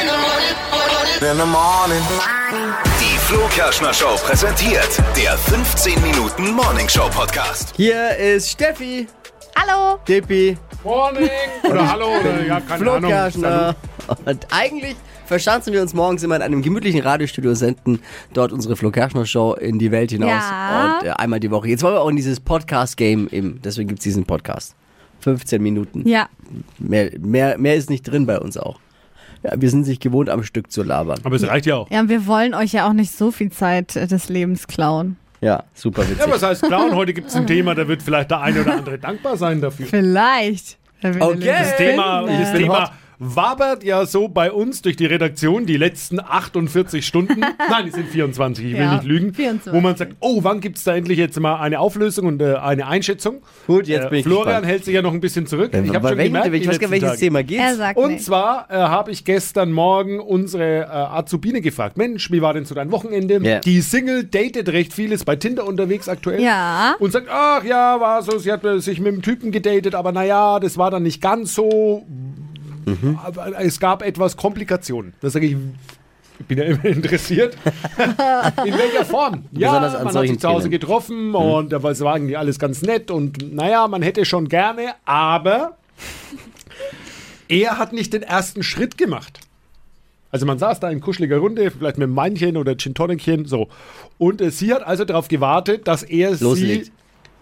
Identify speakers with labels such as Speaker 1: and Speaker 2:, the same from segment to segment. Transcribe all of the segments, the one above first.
Speaker 1: In the morning.
Speaker 2: Die Flo Kerschner Show präsentiert der 15 Minuten Morning Show Podcast.
Speaker 3: Hier ist Steffi,
Speaker 4: Hallo.
Speaker 3: Dippi,
Speaker 5: Morning oder Hallo oder ich habe keine
Speaker 3: Flo
Speaker 5: Ahnung.
Speaker 3: Kerschner. Und eigentlich verschanzen wir uns morgens immer in einem gemütlichen Radiostudio, senden dort unsere Flo Kerschner Show in die Welt hinaus.
Speaker 4: Ja.
Speaker 3: Und äh, einmal die Woche. Jetzt wollen wir auch in dieses Podcast-Game eben. Deswegen gibt es diesen Podcast. 15 Minuten.
Speaker 4: Ja,
Speaker 3: Mehr, mehr, mehr ist nicht drin bei uns auch. Ja, wir sind sich gewohnt, am Stück zu labern.
Speaker 5: Aber es reicht ja auch.
Speaker 4: ja, wir wollen euch ja auch nicht so viel Zeit äh, des Lebens klauen.
Speaker 3: Ja, super witzig.
Speaker 5: Ja, was heißt Clown? Heute gibt es ein Thema, da wird vielleicht der eine oder andere dankbar sein dafür.
Speaker 4: Vielleicht. Da wird
Speaker 3: Okay.
Speaker 4: der Leben
Speaker 5: Das
Speaker 3: Ich
Speaker 5: Thema,
Speaker 4: finden.
Speaker 5: das
Speaker 3: bin
Speaker 5: Thema
Speaker 3: hot.
Speaker 5: wabert ja so bei uns durch die Redaktion die letzten 48 Stunden. Nein, es sind 24, ich will
Speaker 4: Ja,
Speaker 5: nicht lügen.
Speaker 4: 24.
Speaker 5: Wo man sagt, oh, wann gibt es da endlich jetzt mal eine Auflösung und äh, eine Einschätzung? Äh,
Speaker 3: Gut, jetzt bin ich
Speaker 5: Florian
Speaker 3: gespannt.
Speaker 5: hält sich ja noch ein bisschen zurück. Ich
Speaker 3: Bei
Speaker 5: habe schon
Speaker 3: welchem-
Speaker 5: gemerkt,
Speaker 3: ich
Speaker 5: die
Speaker 3: weiß gar nicht,
Speaker 5: letzten
Speaker 3: welches
Speaker 5: Tage.
Speaker 3: Thema geht's.
Speaker 4: Er sagt
Speaker 5: Und
Speaker 4: nicht.
Speaker 5: zwar äh, habe ich gestern Morgen unsere äh, Azubine gefragt, Mensch, wie war denn so dein Wochenende?
Speaker 3: Ja.
Speaker 5: Die Single datet recht viel, ist bei Tinder unterwegs aktuell.
Speaker 4: Ja.
Speaker 5: Und sagt, ach ja, war so, sie hat äh, sich mit dem Typen gedatet, aber naja, das war dann nicht ganz so.
Speaker 3: Mhm.
Speaker 5: Aber es gab etwas Komplikationen. Das sage ich, ich bin ja immer interessiert. In welcher Form? Ja,
Speaker 3: Besonders an
Speaker 5: man hat
Speaker 3: solchen
Speaker 5: sich zu Hause
Speaker 3: Themen. Mhm.
Speaker 5: getroffen und da war es war irgendwie alles ganz nett und naja, man hätte schon gerne, aber er hat nicht den ersten Schritt gemacht. Also man saß da in kuscheliger Runde, vielleicht mit einem Weinchen oder Gin Tonicchen, so. Und äh, sie hat also darauf gewartet, dass er
Speaker 3: Loslegt.
Speaker 5: sie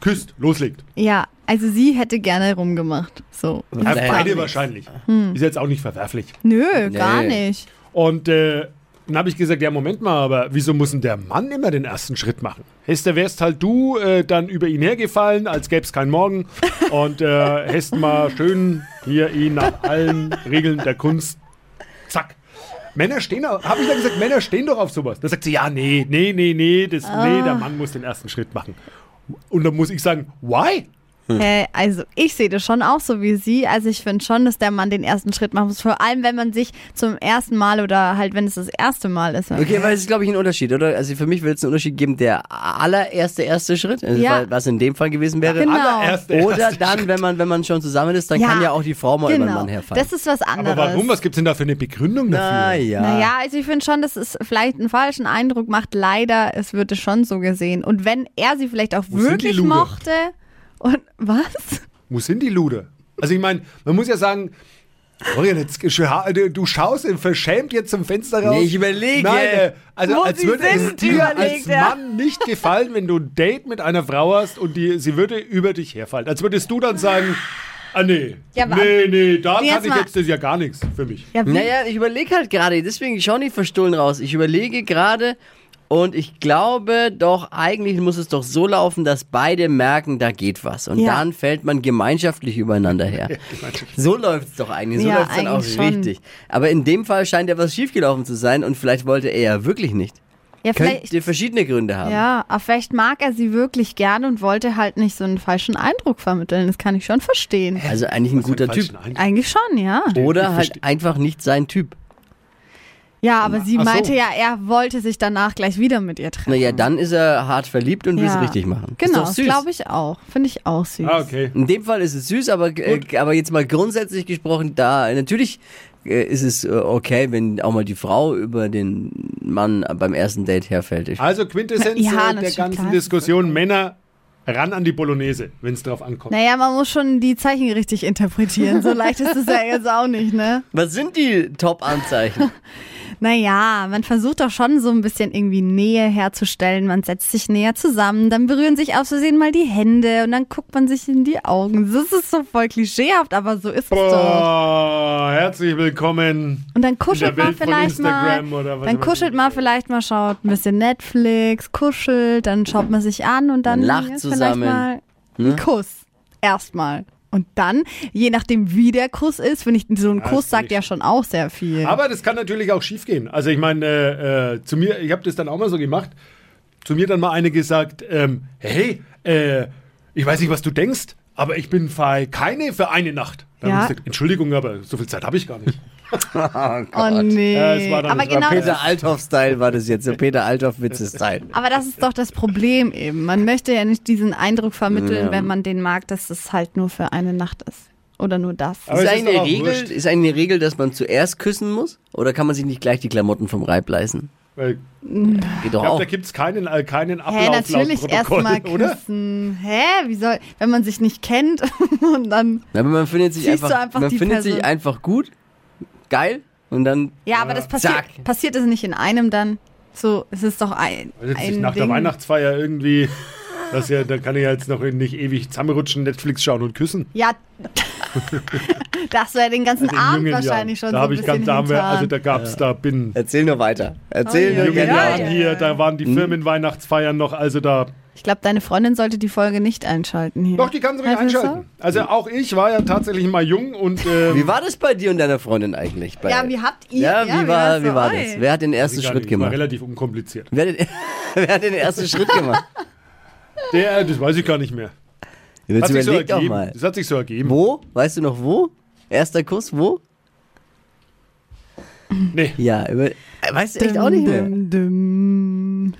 Speaker 5: küsst, loslegt.
Speaker 4: Ja, also sie hätte gerne rumgemacht. So.
Speaker 5: Ja,
Speaker 3: Naja.
Speaker 5: Äh, beide wahrscheinlich. Ist jetzt auch nicht verwerflich.
Speaker 4: Nö, gar
Speaker 3: Nee.
Speaker 4: nicht.
Speaker 5: Und äh, dann habe ich gesagt, ja, Moment mal, aber wieso muss denn der Mann immer den ersten Schritt machen? Hester, wärst halt du äh, dann über ihn hergefallen, als gäbe es keinen Morgen. Und äh, hättest mal schön hier ihn nach allen Regeln der Kunst. Zack. Männer stehen, habe ich dann gesagt, Männer stehen doch auf sowas. Da sagt sie, ja, nee, nee, nee, nee, das, nee,
Speaker 4: Ah.
Speaker 5: der Mann muss den ersten Schritt machen. Und dann muss ich sagen, why?
Speaker 3: Hm.
Speaker 4: Äh, also ich sehe das schon auch so wie sie. Also ich finde schon, dass der Mann den ersten Schritt machen muss. Vor allem, wenn man sich zum ersten Mal oder halt, wenn es das erste Mal ist.
Speaker 3: Okay, weil es ist, glaube ich, ein Unterschied, oder? Also für mich würde es einen Unterschied geben, der allererste erste Schritt, also
Speaker 4: Ja.
Speaker 3: weil- was in dem Fall gewesen wäre.
Speaker 4: Genau.
Speaker 5: Allererste,
Speaker 3: Oder
Speaker 5: erste
Speaker 3: dann, wenn man, wenn man schon zusammen ist, dann
Speaker 4: Ja,
Speaker 3: kann ja auch die Frau mal über den
Speaker 4: genau.
Speaker 3: Mann herfallen. Ah,
Speaker 4: Das ist was anderes.
Speaker 5: Aber warum? Was gibt es denn da für eine Begründung dafür?
Speaker 3: naja.
Speaker 4: Naja, also ich finde schon, dass es vielleicht einen falschen Eindruck macht. Leider, es wird es schon so gesehen. Und wenn er sie vielleicht auch
Speaker 5: Wo sind die
Speaker 4: wirklich
Speaker 5: Luder?
Speaker 4: mochte und was?
Speaker 5: Wo sind die Lude? Also ich meine, man muss ja sagen, Florian, jetzt, scha- du du schaust verschämt jetzt zum Fenster raus.
Speaker 3: Nee, ich überlege.
Speaker 5: Nein, äh, also
Speaker 4: Wo
Speaker 5: als
Speaker 4: sie
Speaker 5: würde es
Speaker 4: sind,
Speaker 5: dir als
Speaker 4: überlegt er.
Speaker 5: Mann nicht gefallen, wenn du ein Date mit einer Frau hast und die, sie würde über dich herfallen. Als würdest du dann sagen, ah nee,
Speaker 4: Ja, aber-
Speaker 5: nee, nee, da
Speaker 4: Nee,
Speaker 5: kann
Speaker 4: jetzt
Speaker 5: ich
Speaker 4: mal-
Speaker 5: jetzt, das ist ja gar nichts für mich.
Speaker 4: Ja, wie?
Speaker 3: Naja, ich überlege halt gerade, deswegen ich schaue nicht verstohlen raus. Ich überlege gerade und ich glaube doch, eigentlich muss es doch so laufen, dass beide merken, da geht was. Und
Speaker 4: Ja.
Speaker 3: dann fällt man gemeinschaftlich übereinander her. so läuft es doch eigentlich, so
Speaker 4: Ja,
Speaker 3: läuft es dann auch
Speaker 4: eigentlich schon.
Speaker 3: richtig. Aber in dem Fall scheint ja was schiefgelaufen zu sein und vielleicht wollte er ja wirklich nicht.
Speaker 4: ja vielleicht.
Speaker 3: Könnte verschiedene Gründe haben.
Speaker 4: Ja, aber vielleicht mag er sie wirklich gern und wollte halt nicht so einen falschen Eindruck vermitteln. Das kann ich schon verstehen.
Speaker 3: Also eigentlich ein guter Typ.
Speaker 4: Eigentlich schon, ja.
Speaker 3: Oder
Speaker 5: Ich
Speaker 3: halt
Speaker 5: verstehe.
Speaker 3: einfach nicht sein Typ.
Speaker 4: Ja, aber sie
Speaker 5: Ach so.
Speaker 4: meinte ja, er wollte sich danach gleich wieder mit ihr treffen.
Speaker 3: Naja, dann ist er hart verliebt und will es
Speaker 4: Ja.
Speaker 3: richtig machen. Ist
Speaker 4: Genau,
Speaker 3: doch
Speaker 4: das
Speaker 3: süß.
Speaker 4: glaube ich auch. Finde ich auch süß.
Speaker 5: Ah, okay.
Speaker 3: In dem Fall ist es süß, aber, äh, aber jetzt mal grundsätzlich gesprochen, da natürlich äh, ist es äh, okay, wenn auch mal die Frau über den Mann beim ersten Date herfällt. Ich,
Speaker 5: Also Quintessenz
Speaker 4: Ja,
Speaker 5: äh, der
Speaker 4: natürlich,
Speaker 5: ganzen
Speaker 4: klar.
Speaker 5: Diskussion, Männer ran an die Bolognese, wenn es drauf ankommt.
Speaker 4: Naja, man muss schon die Zeichen richtig interpretieren. So leicht ist es ja jetzt auch nicht, ne?
Speaker 3: was sind die Top-Anzeichen?
Speaker 4: Naja, man versucht doch schon so ein bisschen irgendwie Nähe herzustellen. Man setzt sich näher zusammen, dann berühren sich aus Versehen mal die Hände und dann guckt man sich in die Augen. Das ist so voll klischeehaft, aber so ist es doch.
Speaker 5: Boah, herzlich willkommen.
Speaker 4: Und dann kuschelt
Speaker 5: In der
Speaker 4: man
Speaker 5: Welt von
Speaker 4: vielleicht mal.
Speaker 5: Instagram oder was
Speaker 4: Dann
Speaker 5: immer
Speaker 4: kuschelt
Speaker 5: das
Speaker 4: man vielleicht mal, schaut ein bisschen Netflix, kuschelt, dann schaut man sich an und dann
Speaker 3: Man lacht
Speaker 4: ist
Speaker 3: zusammen. ne?
Speaker 4: vielleicht mal ein Kuss. Erstmal. Und dann, je nachdem wie der Kuss ist, finde ich, so ein
Speaker 5: das
Speaker 4: Kuss
Speaker 5: finde
Speaker 4: sagt
Speaker 5: ich
Speaker 4: ja schon auch sehr viel.
Speaker 5: Ah, Aber das kann natürlich auch schief gehen. Also ich meine, äh, äh, zu mir, ich habe das dann auch mal so gemacht, zu mir dann mal eine gesagt, ähm, hey, äh, ich weiß nicht, was du denkst, aber ich bin bei keine für eine Nacht. Dann
Speaker 4: Ja.
Speaker 5: hab ich gesagt, Entschuldigung, aber so viel Zeit habe ich gar nicht.
Speaker 4: oh nee.
Speaker 5: Ja, es war dann-
Speaker 4: aber
Speaker 5: es war
Speaker 4: genau das
Speaker 3: Peter Althoff-Style war das jetzt, der Peter Althoff-Witze-Style.
Speaker 4: Aber das ist doch das Problem eben. Man möchte ja nicht diesen Eindruck vermitteln,
Speaker 3: Ja.
Speaker 4: wenn man den mag, dass es halt nur für eine Nacht ist. Oder nur das?
Speaker 5: Aber
Speaker 3: ist,
Speaker 5: es ist
Speaker 3: eigentlich
Speaker 5: doch
Speaker 3: eine
Speaker 5: auch
Speaker 3: Regel,
Speaker 5: wurscht.
Speaker 3: ist eigentlich eine Regel, dass man zuerst küssen muss? Oder kann man sich nicht gleich die Klamotten vom Leib leisten?
Speaker 5: Weil
Speaker 3: Geht doch
Speaker 5: Ich glaube,
Speaker 3: auch.
Speaker 5: da gibt es keinen, äh, keinen Ablauf
Speaker 4: Hä, natürlich
Speaker 5: laut Protokoll,
Speaker 4: erstmal
Speaker 5: oder?
Speaker 4: küssen. Hä, wie soll, wenn man sich nicht kennt und dann.
Speaker 3: Na, aber man findet sich
Speaker 4: Siehst du
Speaker 3: einfach,
Speaker 4: einfach
Speaker 3: man
Speaker 4: die
Speaker 3: findet sich
Speaker 4: Person.
Speaker 3: einfach gut, geil und dann
Speaker 4: Ja, aber das passiert,
Speaker 3: Zack.
Speaker 4: passiert es nicht in einem dann. So, es ist doch ein.
Speaker 5: Also jetzt
Speaker 4: ein
Speaker 5: nicht nach der
Speaker 4: Ding.
Speaker 5: Weihnachtsfeier irgendwie, das ja, da kann ich ja jetzt noch nicht ewig zusammenrutschen, Netflix schauen und küssen.
Speaker 4: Ja. das wäre den ganzen
Speaker 5: In
Speaker 4: Abend
Speaker 5: jungen Jahren.
Speaker 4: wahrscheinlich schon
Speaker 5: Da
Speaker 4: so ein
Speaker 5: habe ich
Speaker 4: bisschen
Speaker 5: ganz, da haben wir, also
Speaker 4: hintan.
Speaker 5: da gab es da bin.
Speaker 3: erzähl nur weiter. Erzähl
Speaker 4: Oh, ja,
Speaker 3: nur
Speaker 5: Jungen
Speaker 4: ja,
Speaker 3: gerne.
Speaker 5: Jahren hier, da
Speaker 3: Hm?
Speaker 5: waren die Firmenweihnachtsfeiern noch, also da.
Speaker 4: Ich glaube, deine Freundin sollte die Folge nicht einschalten hier.
Speaker 5: Doch, die kannst du ruhig
Speaker 4: Also so?
Speaker 5: einschalten. Also auch ich war ja tatsächlich mal jung und äh,
Speaker 3: Wie war das bei dir und deiner Freundin eigentlich? Bei,
Speaker 4: Ja, wie habt ihr?
Speaker 3: ja, wie war,
Speaker 4: war's
Speaker 3: wie
Speaker 4: bei
Speaker 3: war
Speaker 4: euch?
Speaker 3: das? Wer hat den ersten Schritt
Speaker 5: war
Speaker 3: gemacht?
Speaker 5: relativ unkompliziert.
Speaker 3: Wer hat, den, wer hat den ersten Schritt gemacht?
Speaker 5: Der, äh, das weiß ich gar nicht mehr.
Speaker 3: Jetzt
Speaker 5: Hat sich so
Speaker 3: überleg doch
Speaker 5: ergeben.
Speaker 3: mal.
Speaker 5: Das hat sich so ergeben.
Speaker 3: Wo? Weißt du noch wo? Erster Kuss, wo?
Speaker 5: Nee,
Speaker 3: Ja, über, äh, weißt du echt auch nicht mehr.
Speaker 4: Dum, dum.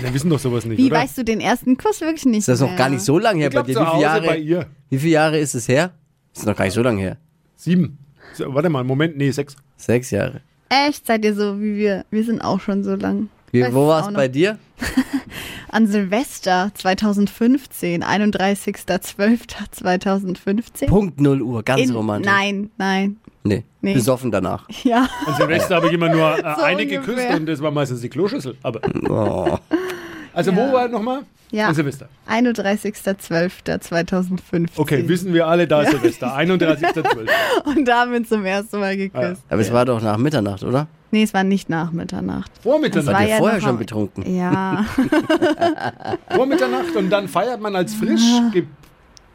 Speaker 5: wir wissen doch sowas nicht,
Speaker 4: Wie
Speaker 5: oder?
Speaker 4: weißt du den ersten Kuss wirklich nicht?
Speaker 3: Ist das noch
Speaker 4: mehr?
Speaker 3: gar nicht so lange her
Speaker 5: ich
Speaker 3: bei
Speaker 5: glaub,
Speaker 3: dir?
Speaker 5: zu
Speaker 3: Wie
Speaker 5: Hause
Speaker 3: viele,
Speaker 5: bei
Speaker 3: Jahre,
Speaker 5: ihr.
Speaker 3: wie viele Jahre ist es her? Ist noch gar nicht so lange her.
Speaker 5: Sieben. So, warte mal, Moment, nee, sechs.
Speaker 3: Sechs Jahre.
Speaker 4: Echt, seid ihr so wie wir? Wir sind auch schon so lang.
Speaker 3: Wie,
Speaker 4: Weiß
Speaker 3: wo
Speaker 4: es
Speaker 3: war
Speaker 4: auch
Speaker 3: es
Speaker 4: noch.
Speaker 3: bei dir?
Speaker 4: An Silvester 2015, 31.12.2015.
Speaker 3: Punkt 0 Uhr, ganz
Speaker 4: In-
Speaker 3: romantisch.
Speaker 4: Nein, nein.
Speaker 3: Nee,
Speaker 4: Nee.
Speaker 3: besoffen danach.
Speaker 4: Ja.
Speaker 5: An Silvester habe ich immer nur äh, eine
Speaker 4: ungefähr.
Speaker 5: geküsst und das war meistens die Kloschüssel. Aber,
Speaker 3: Oh.
Speaker 5: also wo
Speaker 4: Ja.
Speaker 5: war nochmal?
Speaker 4: Ja.
Speaker 5: An Silvester.
Speaker 4: 31.12.2015.
Speaker 5: Okay, wissen wir alle, da ist Silvester. 31.12.
Speaker 4: Und da haben wir uns zum ersten Mal
Speaker 5: Ah.
Speaker 4: geküsst.
Speaker 3: Aber es war doch nach Mitternacht, oder?
Speaker 4: Nee, es war nicht nach Mitternacht.
Speaker 5: Vor
Speaker 4: Das
Speaker 5: Mitternacht.
Speaker 4: war
Speaker 3: Ihr
Speaker 4: ja
Speaker 3: vorher
Speaker 4: noch
Speaker 3: schon
Speaker 4: am-
Speaker 3: betrunken.
Speaker 4: Ja.
Speaker 5: Vor Mitternacht und dann feiert man als frisch
Speaker 4: Ah.
Speaker 5: ge-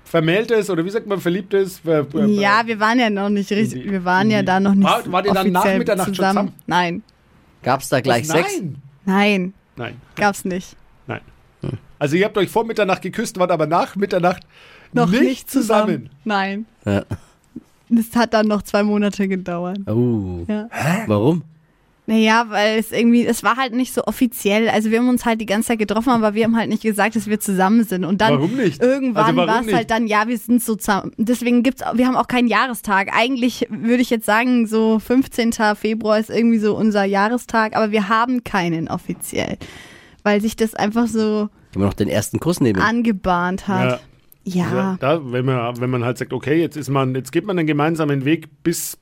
Speaker 5: vermähltes oder wie sagt man, verliebtes. ver- ver-
Speaker 4: ja, wir waren ja noch nicht richtig. Wir waren ja da noch nicht
Speaker 5: War- wart ihr dann nach
Speaker 4: offiziell
Speaker 5: Mitternacht schon
Speaker 4: zusammen.
Speaker 5: zusammen?
Speaker 4: Nein.
Speaker 3: Gab es da gleich
Speaker 5: Nein.
Speaker 3: Sex?
Speaker 4: Nein,
Speaker 5: Nein,
Speaker 4: gab's nicht.
Speaker 5: nein. Also ihr habt euch vor Mitternacht geküsst, wart aber nach Mitternacht
Speaker 4: Noch
Speaker 5: nicht,
Speaker 4: nicht,
Speaker 5: zusammen.
Speaker 4: Nein.
Speaker 3: Ja.
Speaker 4: Das hat dann noch zwei Monate gedauert.
Speaker 3: Oh.
Speaker 4: Ja.
Speaker 3: Warum?
Speaker 4: Naja, weil es irgendwie, es war halt nicht so offiziell. Also wir haben uns halt die ganze Zeit getroffen, aber wir haben halt nicht gesagt, dass wir zusammen sind. Und dann
Speaker 5: Warum nicht? Also
Speaker 4: irgendwann
Speaker 5: warum
Speaker 4: war es
Speaker 5: nicht?
Speaker 4: halt dann, ja, wir sind so zusammen. Deswegen gibt's, auch- wir haben auch keinen Jahrestag. Eigentlich würde ich jetzt sagen, so 15. Februar ist irgendwie so unser Jahrestag, aber wir haben keinen offiziell. Weil sich das einfach so
Speaker 3: Immer noch den ersten Kuss nehmen.
Speaker 4: Ah. angebahnt hat. Ja.
Speaker 5: Ja, da, wenn, man, wenn man halt sagt, okay, jetzt, ist man, jetzt geht man einen gemeinsamen Weg bis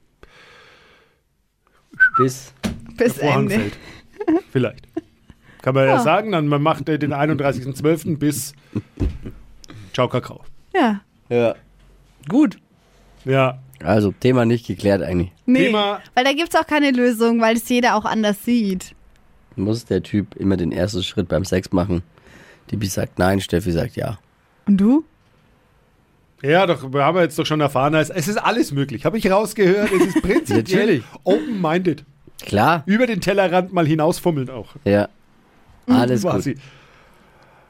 Speaker 3: Bis.
Speaker 4: bis
Speaker 5: Vorhang
Speaker 4: Ende.
Speaker 5: fällt. Vielleicht. Kann man ja, sagen, dann man macht äh, den 31.12. bis Ciao Kakao.
Speaker 4: Ja.
Speaker 3: Ja. Gut.
Speaker 5: Ja,
Speaker 3: Also, Thema nicht geklärt eigentlich.
Speaker 4: Nee.
Speaker 5: Thema-
Speaker 4: Weil da gibt's auch keine Lösung, weil es jeder auch anders sieht.
Speaker 3: Muss der Typ immer den ersten Schritt beim Sex machen? Tibi sagt nein, Steffi sagt ja.
Speaker 4: Und du?
Speaker 5: ja, doch, wir haben jetzt doch schon erfahren, es es ist alles möglich. Habe ich rausgehört, es ist prinzipiell
Speaker 3: Natürlich.
Speaker 5: open-minded.
Speaker 3: Klar.
Speaker 5: Über den Tellerrand mal hinausfummeln auch.
Speaker 3: Ja.
Speaker 5: Hm.
Speaker 3: Alles gut.
Speaker 5: Quasi.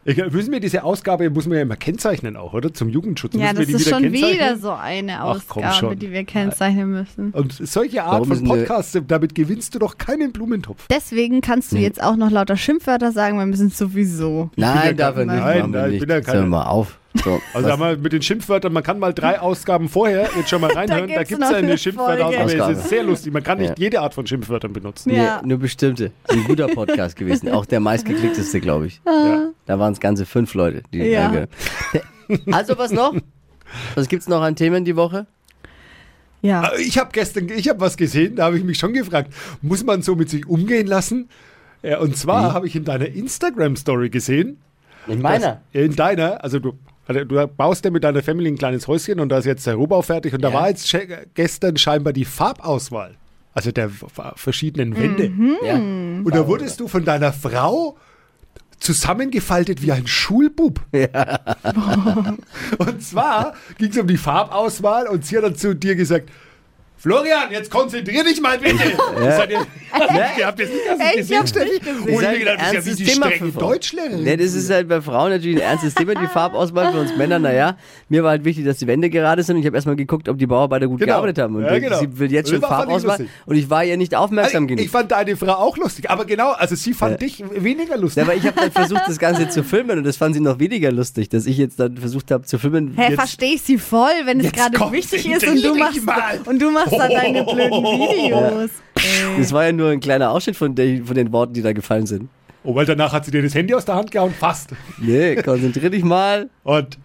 Speaker 5: Ich, müssen wir diese Ausgabe, muss man ja immer kennzeichnen auch, oder? Zum Jugendschutz.
Speaker 4: Ja,
Speaker 5: müssen wir
Speaker 4: das
Speaker 5: die
Speaker 4: ist
Speaker 5: wieder
Speaker 4: schon
Speaker 5: kennzeichnen?
Speaker 4: wieder so eine
Speaker 5: Ach, komm
Speaker 4: Ausgabe,
Speaker 5: schon.
Speaker 4: die wir kennzeichnen müssen.
Speaker 5: Und solche Art
Speaker 3: Warum
Speaker 5: von
Speaker 3: müssen wir-
Speaker 5: Podcasts, damit gewinnst du doch keinen Blumentopf.
Speaker 4: Deswegen kannst
Speaker 5: Hm.
Speaker 4: du jetzt auch noch lauter Schimpfwörter sagen, wir müssen sowieso.
Speaker 3: Nein,
Speaker 5: bin ja
Speaker 3: darf er
Speaker 5: kein-
Speaker 3: nicht.
Speaker 5: Nein,
Speaker 3: machen wir
Speaker 5: nein, ich
Speaker 3: nicht.
Speaker 5: bin ja
Speaker 3: Jetzt
Speaker 5: kein-
Speaker 3: hör mal auf. So, was-
Speaker 5: Also da mal mit den Schimpfwörtern, man kann mal drei Ausgaben vorher jetzt schon mal reinhören, da
Speaker 4: gibt's
Speaker 5: gibt es
Speaker 4: noch
Speaker 5: eine
Speaker 4: eine
Speaker 5: Schimpfwörterausgabe.
Speaker 3: Folge.
Speaker 5: Es ist sehr lustig, man kann nicht
Speaker 3: Ja.
Speaker 5: jede Art von Schimpfwörtern benutzen.
Speaker 3: nee,
Speaker 4: Ja.
Speaker 3: Nur bestimmte. Ein guter Podcast gewesen. Auch der meistgeklickteste, glaube ich.
Speaker 5: Ja.
Speaker 3: Da waren es ganze fünf Leute. Die
Speaker 4: Ja.
Speaker 3: Folge. Also, was noch? Was gibt's noch an Themen die Woche?
Speaker 4: Ja.
Speaker 5: Aber Ah, Ich habe gestern, ich habe was gesehen, da habe ich mich schon gefragt, muss man so mit sich umgehen lassen? Ja, und zwar habe ich in deiner Instagram-Story gesehen,
Speaker 3: In
Speaker 5: dass- in deiner, also du, also du baust ja mit deiner Family ein kleines Häuschen und da ist jetzt der Rohbau fertig und da
Speaker 3: Ja.
Speaker 5: war jetzt sche- gestern scheinbar die Farbauswahl, also der v- verschiedenen Wände.
Speaker 3: Ja.
Speaker 5: Und da wurdest du von deiner Frau zusammengefaltet wie ein Schulbub. Und zwar ging es um die Farbauswahl und sie hat dann zu dir gesagt, Florian, jetzt konzentrier dich mal bitte. Das hat ihr, ihr habt jetzt nicht das
Speaker 4: Ey, ich
Speaker 5: gesehen,
Speaker 4: hab's
Speaker 5: Steffi.
Speaker 4: nicht gesehen.
Speaker 5: Und
Speaker 3: Ist
Speaker 5: ich
Speaker 3: halt
Speaker 5: mir gedacht,
Speaker 3: ein
Speaker 5: das ist ja wie
Speaker 3: ernstes
Speaker 5: die
Speaker 3: Thema
Speaker 5: strenge
Speaker 3: für Frauen.
Speaker 5: Deutschlehrerin.
Speaker 3: Ne, das ist halt bei Frauen natürlich ein ernstes Thema, die Farbauswahl für uns Männer. Naja, mir war halt wichtig, dass die Wände gerade sind. Und ich habe erstmal geguckt, ob die Bauarbeiter gut
Speaker 5: Genau.
Speaker 3: gearbeitet haben. Und
Speaker 5: Ja, genau.
Speaker 3: sie will jetzt schon
Speaker 5: Das fand ich
Speaker 3: Farbauswahl.
Speaker 5: lustig.
Speaker 3: Und ich war ihr nicht aufmerksam
Speaker 5: Also, ich,
Speaker 3: genug.
Speaker 5: ich fand deine Frau auch lustig, aber genau, also sie fand dich weniger lustig.
Speaker 3: Ja, aber ich habe dann versucht, das Ganze zu filmen und das fand sie noch weniger lustig, dass ich jetzt dann versucht habe zu filmen.
Speaker 4: Hä,
Speaker 3: jetzt-
Speaker 4: verstehe ich sie voll, wenn es gerade
Speaker 5: kommt
Speaker 4: wichtig
Speaker 5: sie
Speaker 4: ist und du
Speaker 5: endlich
Speaker 4: machst,
Speaker 5: mal. Oh.
Speaker 4: und du machst da deine blöden Videos.
Speaker 3: das war ja nur ein kleiner Ausschnitt von, der, von den Worten, die da gefallen sind.
Speaker 5: Oh, weil danach hat sie dir das Handy aus der Hand gehauen, fast.
Speaker 3: Nee, konzentrier dich mal.
Speaker 5: Und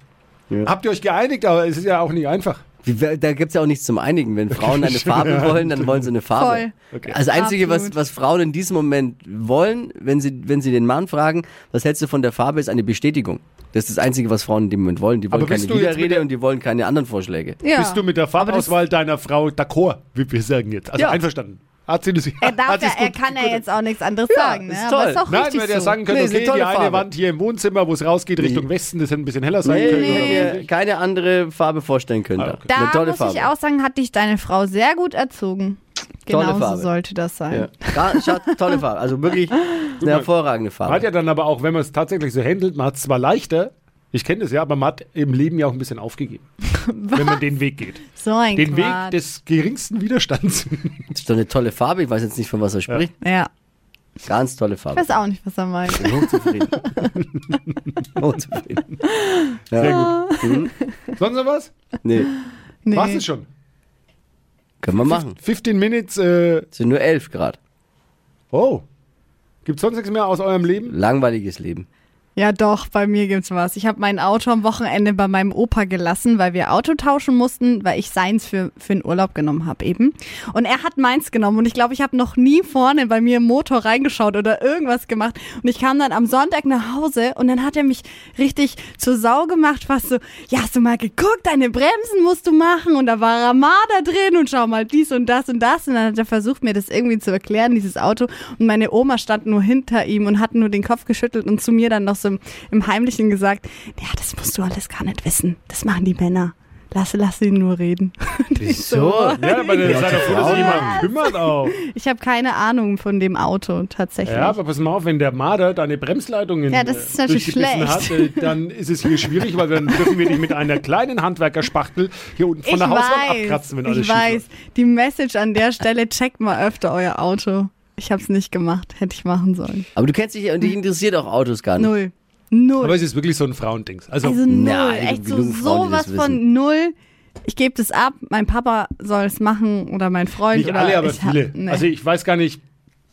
Speaker 3: Ja.
Speaker 5: habt ihr euch geeinigt, aber es ist ja auch nicht einfach.
Speaker 3: Wie, da gibt's ja auch nichts zum Einigen. Wenn Frauen eine Farbe wollen, dann wollen sie eine Farbe.
Speaker 4: Voll.
Speaker 5: Okay.
Speaker 3: Also das Einzige, was,
Speaker 4: Absolut.
Speaker 3: was Frauen in diesem Moment wollen, wenn sie, wenn sie den Mann fragen, was hältst du von der Farbe, ist eine Bestätigung. Das ist das Einzige, was Frauen in dem Moment wollen. Die wollen
Speaker 5: Aber
Speaker 3: keine
Speaker 5: bist du jetzt mit
Speaker 3: Widerrede
Speaker 5: der-
Speaker 3: und die wollen keine anderen Vorschläge.
Speaker 4: Ja.
Speaker 5: Bist du mit der Farbauswahl deiner Frau d'accord, wie wir sagen jetzt? Also
Speaker 3: Ja.
Speaker 5: einverstanden. Hat sie das
Speaker 4: Er darf
Speaker 5: hat
Speaker 4: ja,
Speaker 5: sie's
Speaker 4: er
Speaker 5: gut-
Speaker 4: kann ja
Speaker 5: gut-
Speaker 4: jetzt auch nichts anderes
Speaker 3: Ja,
Speaker 4: sagen. Ne?
Speaker 3: ist
Speaker 4: Aber
Speaker 3: toll.
Speaker 4: ist auch
Speaker 5: Nein,
Speaker 4: richtig
Speaker 5: man hätte ja
Speaker 4: so.
Speaker 5: sagen können,
Speaker 3: Nee, ist eine
Speaker 5: okay, die
Speaker 3: tolle
Speaker 5: eine
Speaker 3: Farbe.
Speaker 5: Wand hier im Wohnzimmer, wo es rausgeht, Richtung
Speaker 3: Nee.
Speaker 5: Westen, das hätte ein bisschen heller sein
Speaker 3: Hätten
Speaker 5: können.
Speaker 3: wir keine andere Farbe vorstellen können.
Speaker 5: Ah,
Speaker 3: da.
Speaker 5: okay.
Speaker 4: da
Speaker 3: Eine tolle
Speaker 4: muss
Speaker 3: Farbe.
Speaker 4: ich auch sagen, hat dich deine Frau sehr gut erzogen.
Speaker 3: Tolle
Speaker 4: Genauso
Speaker 3: Farbe.
Speaker 4: sollte das sein.
Speaker 3: Ja. Ga- schaut, tolle Farbe. Also wirklich eine hervorragende
Speaker 5: Man hat
Speaker 3: Farbe.
Speaker 5: ja dann aber auch, wenn man es tatsächlich so handelt, man hat es zwar leichter, ich kenne das ja, aber man hat im Leben ja auch ein bisschen aufgegeben, wenn man den Weg geht.
Speaker 4: So ein
Speaker 5: Den Weg
Speaker 4: Quatsch.
Speaker 5: des geringsten Widerstands.
Speaker 3: Das ist doch eine tolle Farbe. Ich weiß jetzt nicht, von was er spricht.
Speaker 4: ja.
Speaker 3: Ganz tolle
Speaker 4: Ich
Speaker 3: Farbe.
Speaker 4: weiß auch nicht, was er meint.
Speaker 3: Hochzufrieden. Hochzufrieden.
Speaker 5: Sehr gut. Sonst noch was?
Speaker 3: Nee,
Speaker 4: Mhm. Nee.
Speaker 5: War's es schon?
Speaker 3: können wir machen.
Speaker 5: 15 Minutes, äh,
Speaker 3: Es sind nur 11 Grad.
Speaker 5: oh. Gibt's sonst nichts mehr aus eurem Leben?
Speaker 3: Langweiliges Leben.
Speaker 4: Ja, doch, bei mir gibt's was. Ich habe mein Auto am Wochenende bei meinem Opa gelassen, weil wir Auto tauschen mussten, weil ich seins für, für den Urlaub genommen habe eben. Und er hat meins genommen und ich glaube, ich habe noch nie vorne bei mir im Motor reingeschaut oder irgendwas gemacht. Und ich kam dann am Sonntag nach Hause und dann hat er mich richtig zur Sau gemacht, fast so, ja, hast du mal geguckt, deine Bremsen musst du machen und da war Ramada drin und schau mal dies und das und das. Und dann hat er versucht, mir das irgendwie zu erklären, dieses Auto. Und meine Oma stand nur hinter ihm und hat nur den Kopf geschüttelt und zu mir dann noch so im, im Heimlichen gesagt, ja, das musst du alles gar nicht wissen. Das machen die Männer. Lass, lass ihn nur reden. Und ich so,
Speaker 5: Ja, aber dann sei doch froh, dass sich jemand kümmert auch.
Speaker 4: Ich habe keine Ahnung von dem Auto tatsächlich.
Speaker 5: Ja, aber pass mal auf, wenn der Marder deine Bremsleitungen
Speaker 4: Ja, das ist
Speaker 5: äh,
Speaker 4: natürlich
Speaker 5: durchgebissen hat, äh, dann ist es hier schwierig, weil dann dürfen wir dich mit einer kleinen Handwerkerspachtel hier unten von
Speaker 4: ich
Speaker 5: der Hauswand
Speaker 4: weiß,
Speaker 5: abkratzen, wenn alles
Speaker 4: ich
Speaker 5: schief läuft.
Speaker 4: weiß. Die Message an der Stelle, checkt mal öfter euer Auto. Ich habe es nicht gemacht, hätte ich machen sollen.
Speaker 3: Aber du kennst dich ja und dich interessiert auch Autos gar nicht.
Speaker 4: Null. Null.
Speaker 5: Aber es ist wirklich so ein Frauending. Also,
Speaker 4: also null.
Speaker 3: Nein,
Speaker 4: Echt so
Speaker 3: genug Frauen, die das
Speaker 4: sowas von null. Ich gebe das ab, mein Papa soll es machen oder mein Freund.
Speaker 5: nicht
Speaker 4: oder
Speaker 5: alle, aber
Speaker 4: ich hab-
Speaker 5: viele.
Speaker 4: nee.
Speaker 5: Also ich weiß gar nicht,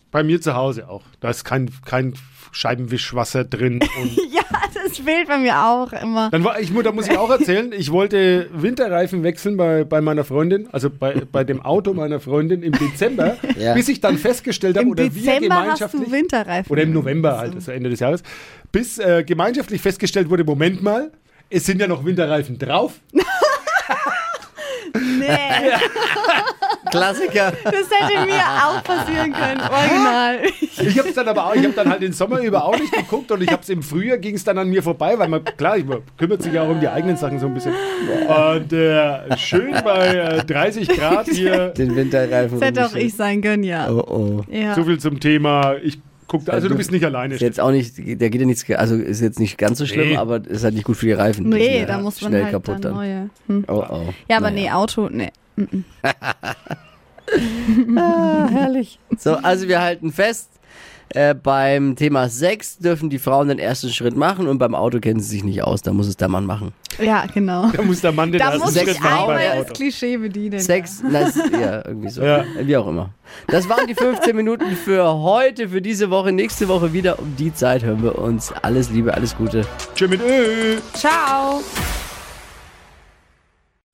Speaker 5: bei mir zu Hause auch. Da ist kein, kein Scheibenwischwasser drin. Und
Speaker 4: ja, das fehlt bei mir auch immer.
Speaker 5: dann war ich, mu- da muss ich auch erzählen, ich wollte Winterreifen wechseln bei, bei meiner Freundin, also bei, bei dem Auto meiner Freundin im Dezember,
Speaker 3: Ja.
Speaker 5: bis ich dann festgestellt habe,
Speaker 4: Im
Speaker 5: oder wir
Speaker 4: Dezember hast
Speaker 5: gemeinschaftlich.
Speaker 4: du Winterreifen.
Speaker 5: Oder im November halt, also Ende des Jahres. Bis äh, gemeinschaftlich festgestellt wurde, Moment mal, es sind ja noch Winterreifen drauf.
Speaker 4: Nee,
Speaker 3: Klassiker.
Speaker 4: das hätte mir auch passieren können. Original.
Speaker 5: Ich habe dann aber auch, ich habe dann halt den Sommer über auch nicht geguckt und ich habe es im Frühjahr ging es dann an mir vorbei, weil man klar, ich, man kümmert sich ja auch um die eigenen Sachen so ein bisschen. Und äh, schön bei äh, 30 Grad hier.
Speaker 3: Den Winterreifen.
Speaker 4: Das hätte auch
Speaker 3: rumgeschickt.
Speaker 4: ich sein können, ja.
Speaker 3: Oh oh.
Speaker 4: ja.
Speaker 5: So viel zum Thema. Ich guck, also du bist nicht alleine.
Speaker 3: Ist jetzt auch nicht, der geht ja nichts, ge- also ist jetzt nicht ganz so schlimm,
Speaker 5: Nee.
Speaker 3: aber ist halt nicht gut für die Reifen. Die sind
Speaker 4: Nee,
Speaker 3: ja
Speaker 4: da muss man
Speaker 3: schnell
Speaker 4: halt
Speaker 3: kaputt
Speaker 4: dann
Speaker 3: dann.
Speaker 4: neue.
Speaker 3: Oh oh.
Speaker 4: Ja, aber
Speaker 3: Naja.
Speaker 4: nee, Auto, nee. Mm, Ah,
Speaker 3: So, also wir halten fest, äh, beim Thema Sex dürfen die Frauen den ersten Schritt machen und beim Auto kennen sie sich nicht aus, da muss es der Mann machen.
Speaker 4: Ja, genau.
Speaker 5: Da muss der Mann den
Speaker 4: Da
Speaker 5: ersten
Speaker 4: muss
Speaker 3: Sex
Speaker 5: Schritt
Speaker 4: ich
Speaker 5: machen
Speaker 4: einmal
Speaker 5: beim
Speaker 4: das
Speaker 5: Auto.
Speaker 4: Klischee bedienen.
Speaker 3: Sex, na, ist- ja, irgendwie so.
Speaker 5: Ja.
Speaker 3: Wie auch immer. Das waren die 15 Minuten für heute, für diese Woche. Nächste Woche wieder um die Zeit hören wir uns. Alles Liebe, alles Gute.
Speaker 5: Tschö mit Ö.
Speaker 4: Ciao.